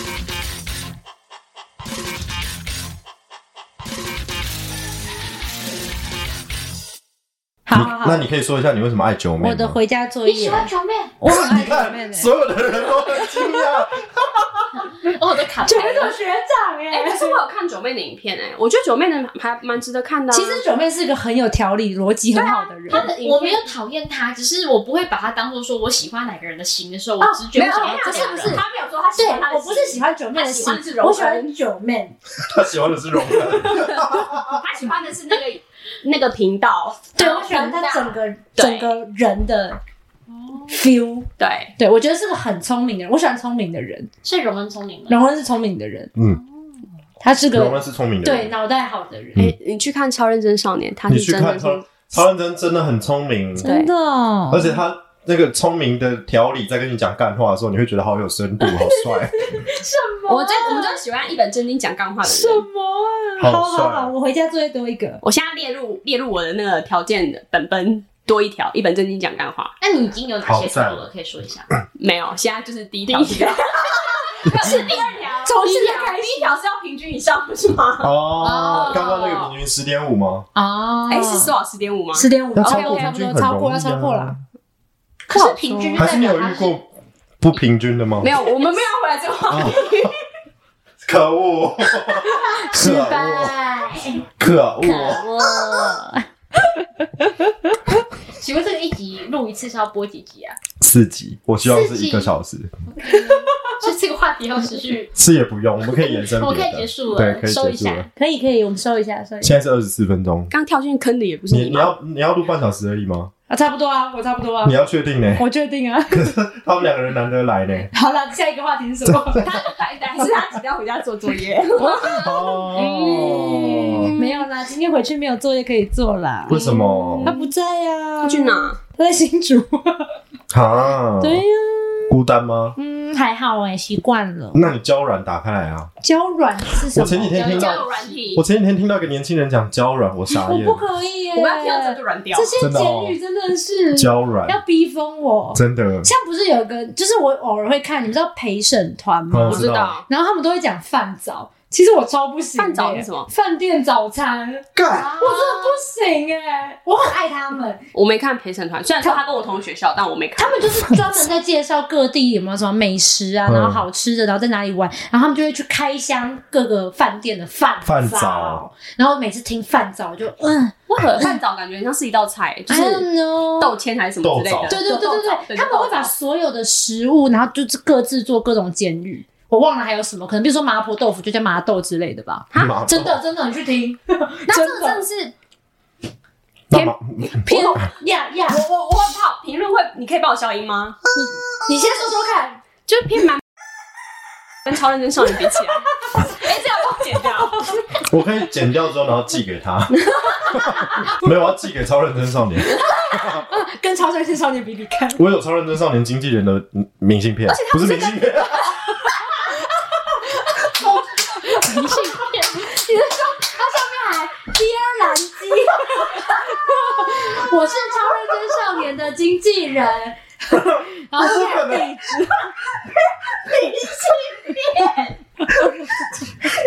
好你好那好，你可以说一下你为什么爱九妹吗？我的回家作你喜业，哎欢九妹？ 我很你爱九妹看，的。所有的人都很惊讶。 哦，我的卡牌。九妹是我学长 哎、哎可，是我有看九妹的影片哎、我觉得九妹的还蛮值得看的、啊。其实九妹是个很有条理、逻辑很好的人。他的影片我没有讨厌他，只是我不会把他当做说我喜欢哪个人的型的时哦候，我直觉没会有，想到不这是个不人。是，他没有说他喜对欢他的我不是喜欢九妹他的喜型欢的是，柔我喜欢恩九妹。他喜欢的是容忍，他喜欢的是 那个那个频道，对，我喜欢她整个整个人的哦 feel。对，对，我觉得是个很聪明的人，我喜欢聪明的人。嗯所以荣恩聪明吗？荣恩是聪明的人，嗯，他是容个忍是聪明的对人。脑袋好的人，嗯哎、你去看《超认真少年》，他你是去真的看是超超认真，真的很聪明，对真的哦。而且他那个聪明的条理在跟你讲干话的时候，你会觉得好有深度，好帅，我最我最喜欢一本正经讲干话的什人。么啊？好好好帅好，我回家作业多一个。我现在列入列入我的那个条件的本本多一条，一本正经讲干话。那你已经有哪好些赞条了？可以说一下。没有，现在就是第一条，第一条是第二 条，从现第一在条开始第一条是要平均以上，不是吗？哦哦。刚刚那个平均十点五吗？哦哎、是多少十点五吗？十点五，要超超过过差平不均多，很超过容要易超过了啊。。可是平均还是代你表有他遇是过不平均的吗？啊没有，我们没有回来这个话题。 可恶，失败，哦可恶，请问这个一集录一次是要播几 集啊？四级，我希望四是集一个小时，所以这个话题要持 续，是也不用，我们可以延伸 我们别可以的结束了，对，可以收一结束下了。。可以可以，我们收一下，收一下现在是二十四分钟， 刚跳进坑里也不是你你你吗？要你要录半小时而已吗？啊，差不多啊，我差不多啊你，要确定 呢？我确定啊。 他们两个人难得来呢。好了，下一个话题是什么？还还是他急着回家做作业？哦，嗯没有啦，今天回去没有作业可以做啦。为什么他不在呀、他去？哪？他在新竹。哦啊？对呀、孤单吗？嗯，还好哎、习惯了。那你胶软打开来啊！胶软是什么？我前几天听交到，友软体我，前几天听到一个年轻人 讲胶软，我傻我眼不。可以耶、我刚听到这就软掉这。些真的哦监狱真的是胶软要逼疯我。真的，像不是有一个，就是我偶尔会看，你们知道陪审团吗？嗯我知道，然后他们都会讲饭早，其实我超不行的耶。饭早是什么饭店早餐，干我真的不行哎、我很爱他们，我没看陪审团，虽然说他跟我同学校，但我没看。他们就是专门在介绍各地有没有什么美食啊，嗯然后好吃的，然后在哪里玩，然后他们就会去开箱各个饭店的饭饭早早，然后每次听饭早就嗯为何饭早感觉像是一道菜，就 I 是 don't know，豆签还是什么之类的？对对对豆对枣对，他们会把所有的食物，然后就是各自做各种监狱。我忘了还有什么，可能比如说麻婆豆腐就叫麻豆之类的吧。麻豆真的真的，你去听，那这真个的真的是那麻偏呀 呀！我我我很怕评论会，你可以帮我消音吗？你先说说看，就是偏蛮跟超认真少年比起来，哎，这要帮我剪掉。我可以剪掉之后，然后寄给 他。没有，我要寄给超认真少年。跟《超帅气少年》比比看，我有超认真少年经纪人的明信片，不是明信片，我是《超认真少年》的经纪人，然后就看地址，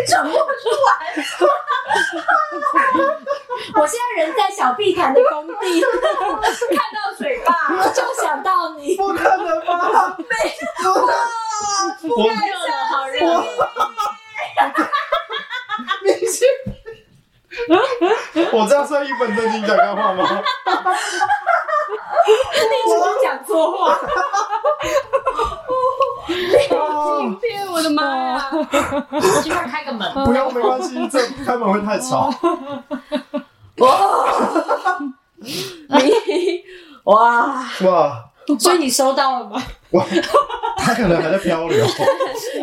明信片，整不出来。我现在人在小碧潭的工 地，看到水坝， 就想到你。不可能吧？ 我看到了好人。我这样算一本正经讲干话 吗？我讲错话，影片，我的妈呀！我去帮你开个门。不用，没关系，这开门会太 吵。哇，哇，所以你收到了吗？哇，他可能还在漂流。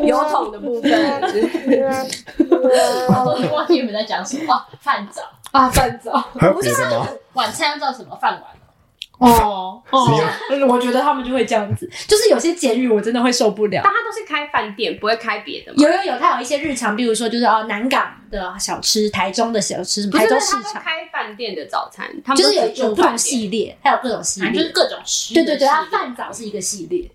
油桶的部分，我已经忘记你们在讲什么。饭早，啊，饭早还有别的吗？晚餐要叫什么？饭晚。哦 哦，我觉得他们就会这样子，就是有些监狱我真的会受不了。但他都是开饭店，不会开别的嘛。有有有，它有一些日常，比如说就是哦，南港的小吃、台中的小吃，什么不台是，中不是市他都场，开饭店的早餐，他就们都是有住有不同饭店。系列，它有各种系反正就是列。各种吃。对对对，它饭早是一个系列，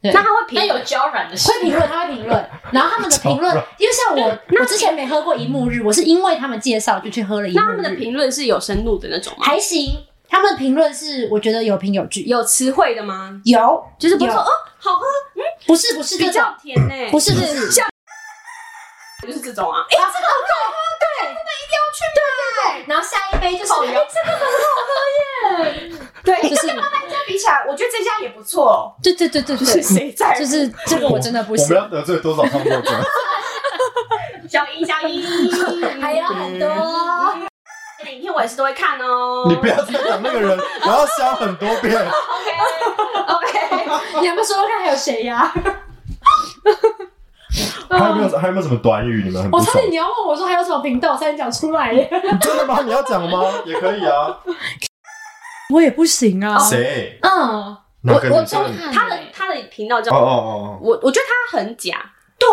对那他会但评有胶软的心会评论，他会评论，然后他们的评论，因为像我，我之前没喝过一幕日，我是因为他们介绍就去喝了一幕那日。他们的评论是有深度的那种吗？还行，他们的评论是我觉得有凭有据，有词汇的吗？有，就是不是有说哦好喝，不是不是这比种，较甜呢、不是不是像就是这种啊。啊，这个很好喝，对，对对对，然后下一杯就是哎好呀对就是相比起来，我觉得这家也不错。对对对对就是对，谁在乎？就是这个我真的不我行们，要得罪多少创作者？小一，小一，还有很多。这个影片哎我也是都会看哦。你不要再讲那 个人，然后削很多遍。你还没说说看还有谁呀？ 还有没有还有没有什么短语你们很不我差爽点？你要问我说还有什么频道，我差点讲出来耶。真的吗？你要讲吗？也可 以啊。我也不行啊谁？嗯，哪个我终女生于？看他他的的他的频道叫哦哦哦我，我觉得他很假。对，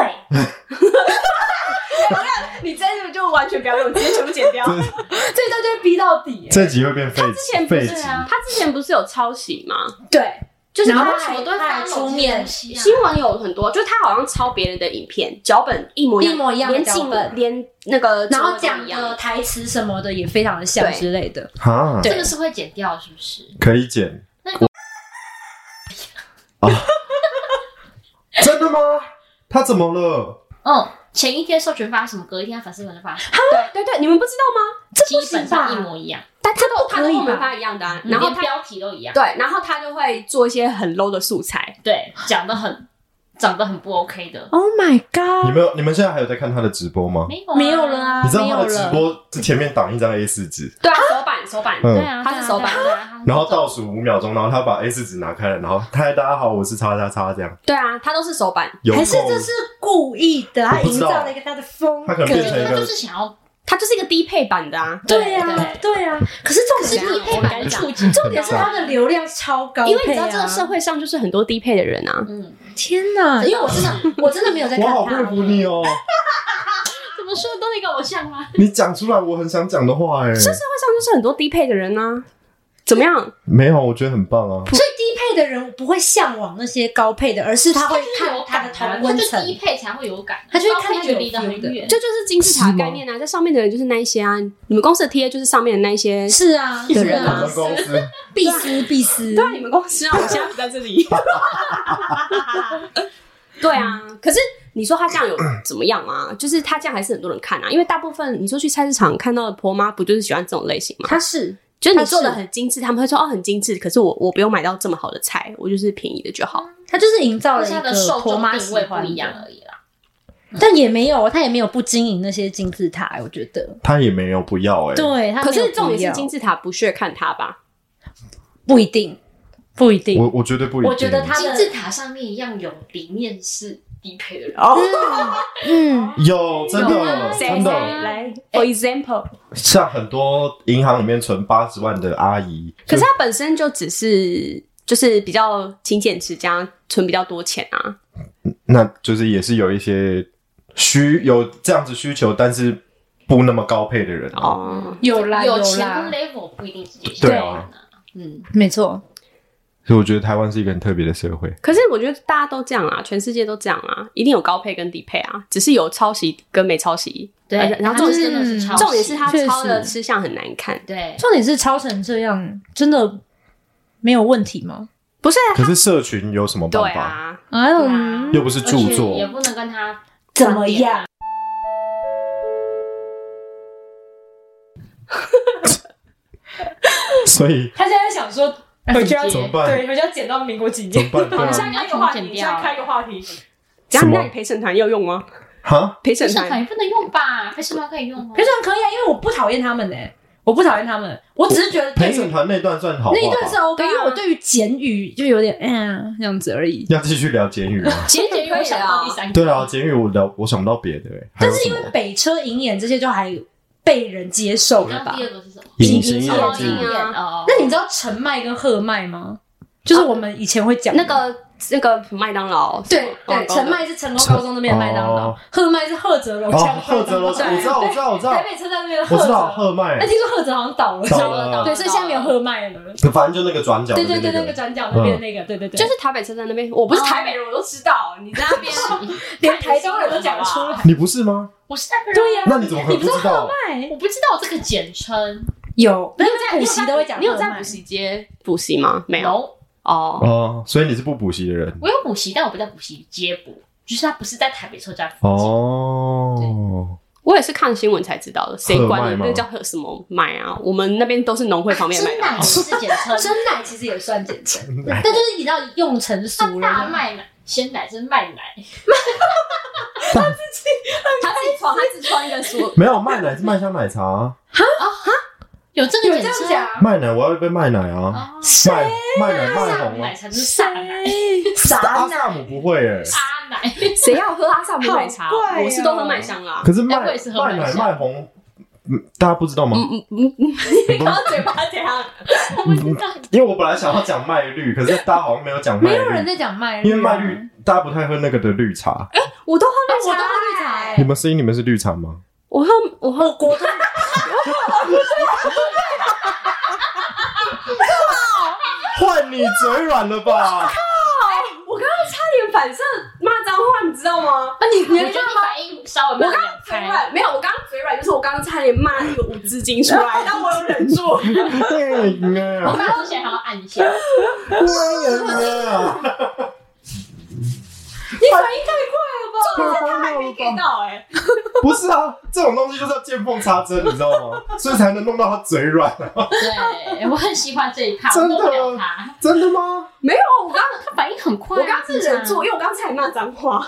你在这就完全不要用，直接全部剪 掉哦，这一段就会逼到底耶这。这集会变废前不废是集。啊，他之前不是有抄袭吗？对，就是然他后什么都他翻还出面啊新闻有很多，就是他好像抄别人的影片，脚本一模一模一样的连脚进本连那个然后字幕都讲一样的。台词什么的也非常的像对之类的。哈，对这个是会剪掉是不是？可以剪那。我 啊，真的吗？他怎么了？嗯，前一天授权发什么，隔一天反思文就发什么，对对对，你们不知道吗？基不行本上吧一模一样，但他都他可都以跟吧我们发一样的啊。然然后后他标题都一样，对，然后他就会做一些很 low 的素材。对，讲的很，讲的很不 OK 的， Oh my 你 god！们有你们现在还有在看他的直播吗？没有没有了，啊你，知道没有他的直了。播这前面挡一张 A 四纸，对啊，手板手板，嗯对啊，他是手把对啊，对啊他是然后手把倒数五秒钟，然后他把 A 四纸拿开了，然后嗨，大家好，我是叉叉叉这样。对啊，他都是手板，有还是够这是故意的，他我不营知道造了一个他的风他格可能。变成一他个就是想要他就是一个低配版的啊。对呀、对呀、可是重是点低是配版的触及，重点是他的流量超高、因为你知道这个社是会上就是很多低配的人啊，嗯，天哪！因为我真 的我真的没有在看我他。好佩服你哦！怎么说都一个偶像啊吗？你讲出来我很想讲的话哎，这社会上就是很多低配的人啊。怎么样？没有，我觉得很棒啊。所以低配的人不会向往那些高配的，而是他会就是看有他感的啊同温他就层低。配才会有感啊，他就会高看配他就有离得 feel 很的远，这就是金字塔概念啊，在上面的人就是那一些啊，你们公司的 TA 就是上面的那一些是啊，一直的在人讲啊我，们公司，必思必思。对啊，你们公司啊，我现在不在这里。 对啊，可是你说他这样有怎么样啊？就是他这样还是很多人看啊，因为大部分你说去菜市场看到的婆妈，不就是喜欢这种类型吗？他是就是你她是做的很精致，他们会说哦很精致，可是我我不用买到这么好的菜，我就是便宜的就好。他就是营造但了是一他的个受婆众妈定喜位不欢一样啊的，而已啦。但也没有，他也没有不经营那些金字塔，我觉得。他也没有不要哎。对，他可没有是重必点是要金字塔不屑看他吧？不一定，不一定。我我绝对不一定。我觉得他的金字塔上面一样有里面是低配的人，哦，嗯，有真有啊的哦哎谁谁真的，来？For example，像很多银行里面存八十万的阿姨，可是就他本身就只是就是比较勤俭持家，存比较多钱啊。那就是也是有一些需有这样子需求，但是不那么高配的人啊。哦，有啦有钱啦跟，level 不一定直接对啊相关啊，嗯，没错。所以我觉得台湾是一个很特别的社会。可是我觉得大家都这样啊，全世界都这样啊，一定有高配跟低配啊，只是有抄袭跟没抄袭。对而且，然哎后他重们点是真的是嗯超重点是他确实抄的吃相很难看，对，重点是抄成这样，真的没有问题吗？不是？啊可是社群有什么办对法？啊，哎呦，嗯又不是著而且也作，不能跟他怎么样？所以他现在想说，回家怎么办？对，回家剪到民国几怎年么？办？对你现啊在开一个话题，嗯你现在开一个话题，这什样么那你陪审团要用吗？哈，陪非审常团团也不能用吧？非常团可以用哦陪。审可以啊，因为我不讨厌他们呢、欸我不讨厌他们，我只是觉得对陪于审团那段算好话那一段是吧？ OK，、对啊因为我对于简语就有点嗯这样子而已。要继续聊简语吗？简简又想到第三个，对啊，简语我聊，我想不到别的欸。还但有是什因为么？北车银眼这些就还被人接受了然吧后第？二个是什么？隐形隐眼形镜眼，镜哦，那你知道陈麦跟赫麦吗？就是我们以前会讲、那个那个麦当劳，对对，成陈麦是成功高中那边的麦当劳哦，贺麦是贺泽楼哦下的麦当劳，贺泽楼对我知道我知道我知道台北车站那边的我贺知道泽。赫麦那，听说贺泽好像倒了，倒了对，所以现在没有贺麦了。反正就那个转角的对那对个，对，那个转角那边那嗯个，对对对，就是台北车站那边，我不是哦台北人，我都知道。你在那边， 连台中人都讲得出来。你不是吗？我是那个人，啊对呀、那你怎么可能不知道？麦我不知道这个简称，有，没因有为在在补习都会讲你有在麦补？习街补习吗？没有 No，哦。哦，所以你是不补习的人我有补习，但我不在补习街补，就是它不是在台北车站附近。哦。我也是看新闻才知道的，谁管赫麦你吗那叫什么麦啊？我们那边都是农会旁边的麦真奶啊当劳。是简 称，真奶其实也算简称，但就是你知道用成熟了大嘛。麦 奶，鲜奶是麦奶，他自己穿，他只 穿一个说，没有麦奶是麦香奶茶，有这有个这简样称。讲？麦奶我要一杯麦奶啊，哦麦麦奶麦萨红姆啊奶。才是萨奶，啥阿萨姆不会哎，阿奶 谁要喝阿萨姆奶茶？好怪哦我是都喝麦香啊啦。可是哎我麦也是喝麦麦奶香麦红，嗯大家不知道吗？嗯嗯嗯，然后 嘴巴怎样？因为我本来想要讲麦绿，可是大家好像没有讲麦没有人绿，在讲麦啊因为麦绿大家不太喝那个的绿茶。我都喝哎绿我都茶，喝绿茶哎你们声音你们是绿茶吗？我喝我喝哎国 中换你嘴软了吧？我刚刚差点反射骂脏话，你知道吗？啊，你我觉得你反应稍微慢两嘴拍，软没有？我刚刚嘴软，就是我刚刚差点骂那个五字经出来， 但我有忍住。对我呀，刚刚之前还要按一下，对呀，你反应太快了吧？荒还谬没了给吧？到哎， 不是啊，这种东西就是要见缝插针，你知道吗？所以才能弄到他嘴软。对我很喜欢这一趴，我真的弄不了他，真的吗？没有，我刚他反应很快啊，我刚刚是忍住，因为我刚才骂脏话，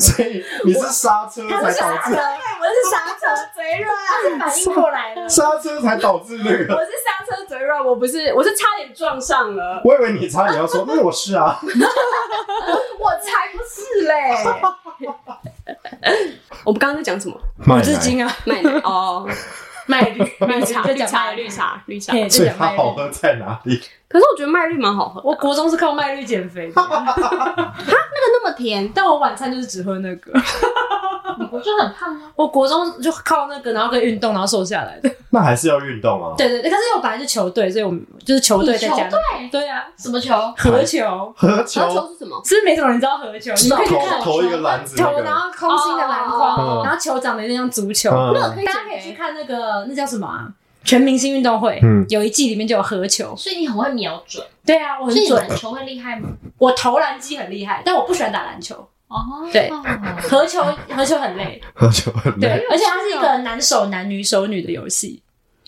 所以你是刹车才导致我是刹车嘴软，反应过来了，刹车才导致那个。我是刹车嘴软，我不是，我是差点撞上了，我以为你差点要说，嗯，我是啊。我才不是嘞。我们刚刚在讲什么？麦至今啊，卖奶哦，麦 绿绿绿茶，就绿讲茶，麦绿，茶，绿茶。对，就所以讲它麦好绿。喝在哪里？可是我觉得麦绿蛮好喝，我国中是靠麦绿减肥 的，那么甜，但我晚餐就是只喝那 个。你不就很胖吗？我国中就靠那个，然后跟运动，然后瘦下 来的。那还是要运动啊。对对对，但是因为我本来是球队，所以我们就是球队在球家。队对啊，什么球？合球喝然后球球是什么？是不是没什么人知道合球，你可以去投看投一个篮子那球，然个，后空心的篮筐，哦然后球长得有点像足球。嗯那我可以大家可以去看那个那叫什么啊？全明星运动会，嗯有一季里面就有合球。所以你很会瞄准，对啊，我很所以你准，篮球会厉害吗？我投篮机很厉害，但我不喜欢打篮球。哦，对合球合球很累，喝酒很对累。，而且它是一个男手男女手女的游戏，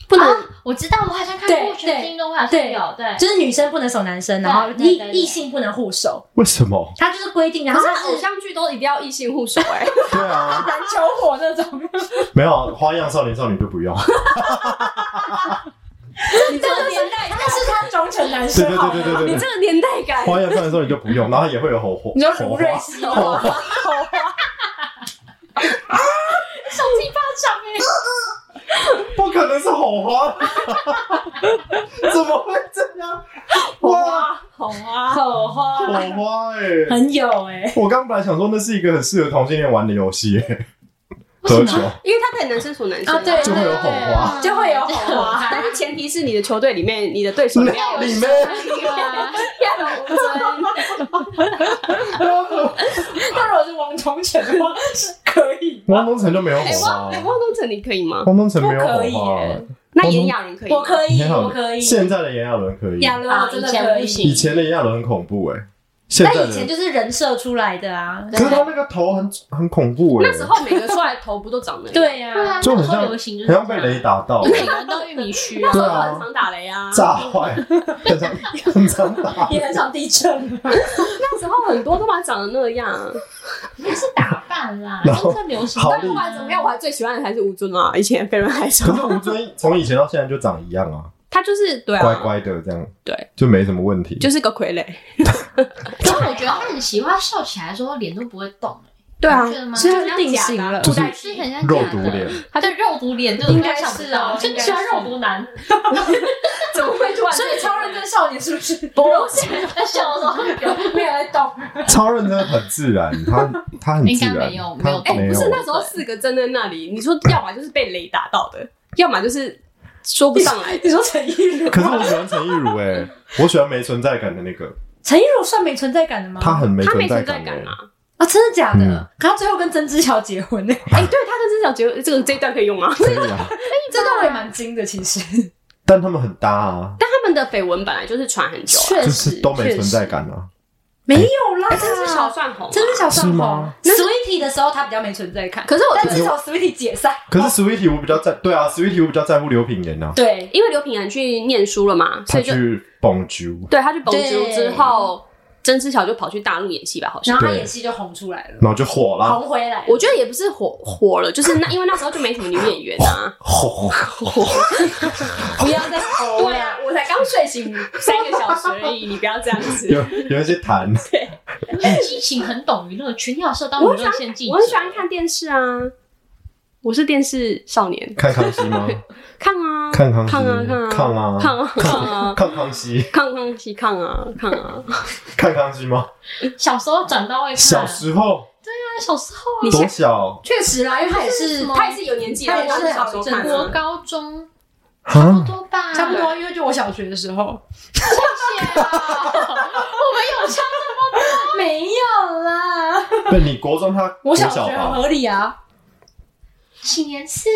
不能、啊，我知道，我好像看对过全运动会，好像对有对，就是女生不能手男生，然后对对异对对异性不能互手，为什么？它就是规定，然可后是它偶是像剧都一定要异性互手哎、 对啊，篮球火那种，没有啊花样少年少女就 不用。你这 个年代，但是他忠诚男对生对好吗，对对对对对，你这个年代感，花样少年少女就不用，然后也会有火火你说火卢瑞花。希吗？手机巴掌哎，不可能是火花， 怎么会这样？哇，好啊，口花火花哎！很有哎、我刚本来想说那是一个很适合同性恋玩的游戏欸，喝酒因为他可以男生锁男生啊对就会有火花，就会有火花。但是前提是你的球队里面，你的对手里面 里面要有吴尊，但如果是王重成的话，是可以。汪东城就没有哎火花汪，哎汪东城你可以吗？汪东城没有不可火以花欸欸，那炎亚纶可以吗？我可以，炎亚纶我可以。现在的炎亚纶可以，亚纶我真的可以前不行以前的炎亚纶很恐怖哎，现在但以前的就是人设出来的啊，可是他那个头很很恐怖哎那，时候每个出来头不都长得一样，对呀、对啊，就很像那时候流行就很是这像样被雷打到每个人都玉米须啊那时，对候啊都很常打雷啊。炸坏，很常很常 打。也很少地震。啊那时候很多都把它长得那样，那是打扮啦，然后真的流行好打厉不管怎么样，我还最喜欢的还是吴尊啊。以前飞轮海可上，是吴尊从以前到现在就长一样啊，他就是对乖啊，乖的这样，对，就没什么问题。就是个傀儡。但我觉得他很喜欢笑起来的时候脸都不会动、欸，对啊你觉得，吗所以它这是样定假的型啊了。就是代是很像肉假毒的脸，他对肉毒脸这应种该该是啊就应该喜欢是肉毒男，怎么会突然？所以超认真少年是不是？不在笑的时候有没有人懂，超认真的很自然，他他很自应该然没有，没有他哎、没不是有那时候四个站在那里，你说要么就是被雷打到的，要么就是说不上来的。你说陈意如，可是我喜欢陈意如哎、我喜欢没存在感的那个，陈意如算没存在感的吗？她很没他没在存在感、感欸。啊！啊，真的假的？嗯可他最后跟曾之乔结婚呢、哎、对他跟曾小杰这个这一段可以用吗？可以啊，这段我也蛮惊的，其实。但他们很搭啊，但他们的绯闻本来就是传很久、啊，确就是都没存在感啊。没有啦，曾志乔算红、啊，曾之乔算是红吗。 Sweetie 的时候他比较没存在感，可是我但觉得至少 Sweetie 解散。可是 Sweetie 我比较在，对啊，Sweetie 我比较在乎刘品言啊，对，因为刘品言去念书了嘛，所他以就去蹦啾，对他去本对族之后，曾之乔就跑去大陆演戏吧，好像然。后他对啊演戏就红出来了，然后就火啦，。红回来。我觉得也不是火火了，就是那因为那时候就没什么女演员啊 火不要 再哦吼对啊，我才刚睡醒三个小时而已，你不要这样 子。有有一些痰，激情很懂娱乐圈，你好适合当我很娱喜乐欢线记者。我很喜欢看电视啊，我是电视少年，看康熙吗？看啊，看康熙看啊，看看啊看啊，看啊，看康熙，看康熙，看啊，看啊。看康熙吗？小时候长大会看，小时候对啊小时候啊你多现小确实啦，因为他也这是什是么他也是有年纪他了，也是我小时候看好正国啊。高中差不啊？多吧，差不多，因为就我小学的时候，谢啊。我们有差没有啦，对，你国中他我国小小学很吧？合理啊。几年次？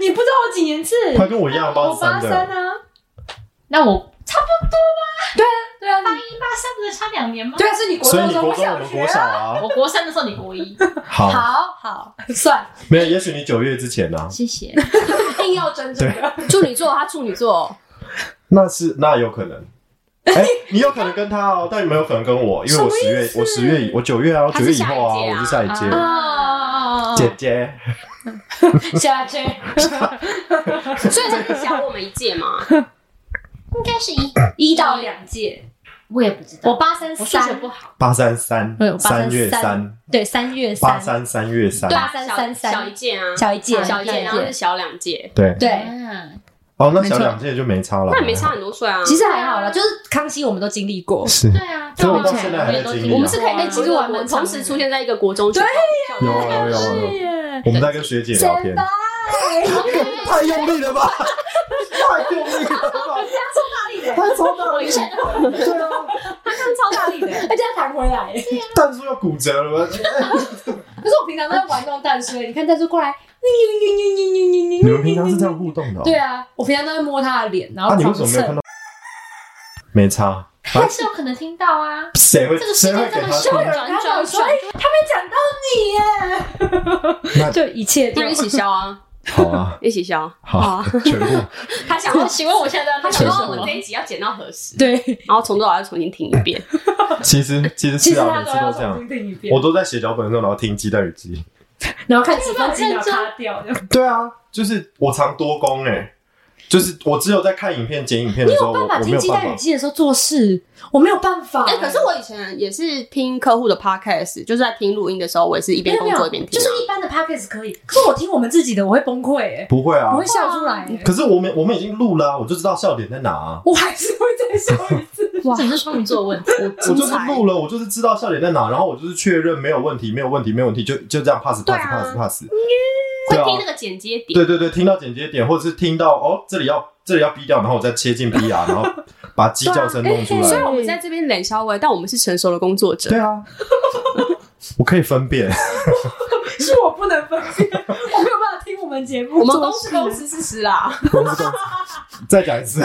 你不知道我几年次？他跟我一样我八八三三的，啊，那我差对啊，八你一八三不是差两年吗？对啊，是你国所中以的时你候，国中我小们学国小啊。啊。我国三的时候你国一，好，好好算，没有，也许你九月之前啊，谢谢。硬要争这个，处女座，他处女座，那是那有 可能。哎、你有可能跟他哦，但你没有可能跟我，因为我十月，我十月以，我九月啊，我他九是月以后啊，我是下下一届、啊啊姐姐。下去， 所以他是小我们一届嘛。应该是一，一到两届，我也不知道，我八三我数学三，不好，八三三对我，哎八三三月三三，对，三月八三，三三月三对。啊三小三三小一届啊，小一届，小一届，然后两是小两届，对，对，嗯，哦，那没错小两届就没差了。那也没差很多岁啊。其实还好啦，就是康熙我们都经历过，是对啊，所以我到到现在还在经历啊我们是可以哎被其其实实我我还蛮们常同时出现在一个国中学校，有啊有啊有啊有啊。我们在跟学姐聊天，太用力了 吧？太用力了吧？他从哪里？他从哪里？对啊，超大力的。而且要弹回来。蛋叔要骨折了吗？可是我平常都在玩弄淡水，你看淡水过来，你你们平常是这样互动的、哦？对啊，我平常都在摸他的脸，然后啊，你为狂什么没有看蹭。到？没差，还是有可能听到啊。谁会这个世谁界会这给么他凶，听？转他转讲说，转哎，，他没讲到你那耶，就一切就那一起消啊，好啊，一起哦消。好 啊，全部他想要，请问我现在他在想想要什我么们这？一集要剪到何时？啊对。然后从头到尾重新听一遍。其实其实其实是啊，他每都次要都重这新样。听一遍我，都在写脚本的时候，然后听鸡蛋与鸡。然后看几分几秒认真卡掉。这样对啊，就是我常多工哎、就是我只有在看影片、剪影片的时候，我办法我没听有鸡蛋办与法。鸡的时候做事，我没有办法。哎、可是我以前也是听客户的 podcast，就是在听录音的时候，我也是一没边有工没作有一边，听、就啊。是一般的 podcast 可以，可是我听我们自己的，我会崩溃哎，不会啊我会，笑出来耶。可是我们我们已经录了、啊，我就知道笑点在哪、啊。我还是会再笑一 次。这只是双鱼座的问题。我就是录了，我就是知道笑点在哪，然后我就是确认没有问题，没有问题，没有问题，就就这样 pass 对 pass 啊 pass pass。会对啊听那个剪接点。对对对，听到剪接点，或者是听到哦这里要这里要逼掉，然后我再切进 B R，然后把鸡叫声弄出虽然来。我们在这边冷笑微，但我们是成熟的工作 者。对啊，我可以分 辨。是我不能分辨，我没有办法听我们节目。我们做公事是公司事实啦，公是公，啊 再讲一次。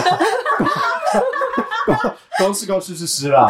公是公是是诗啦，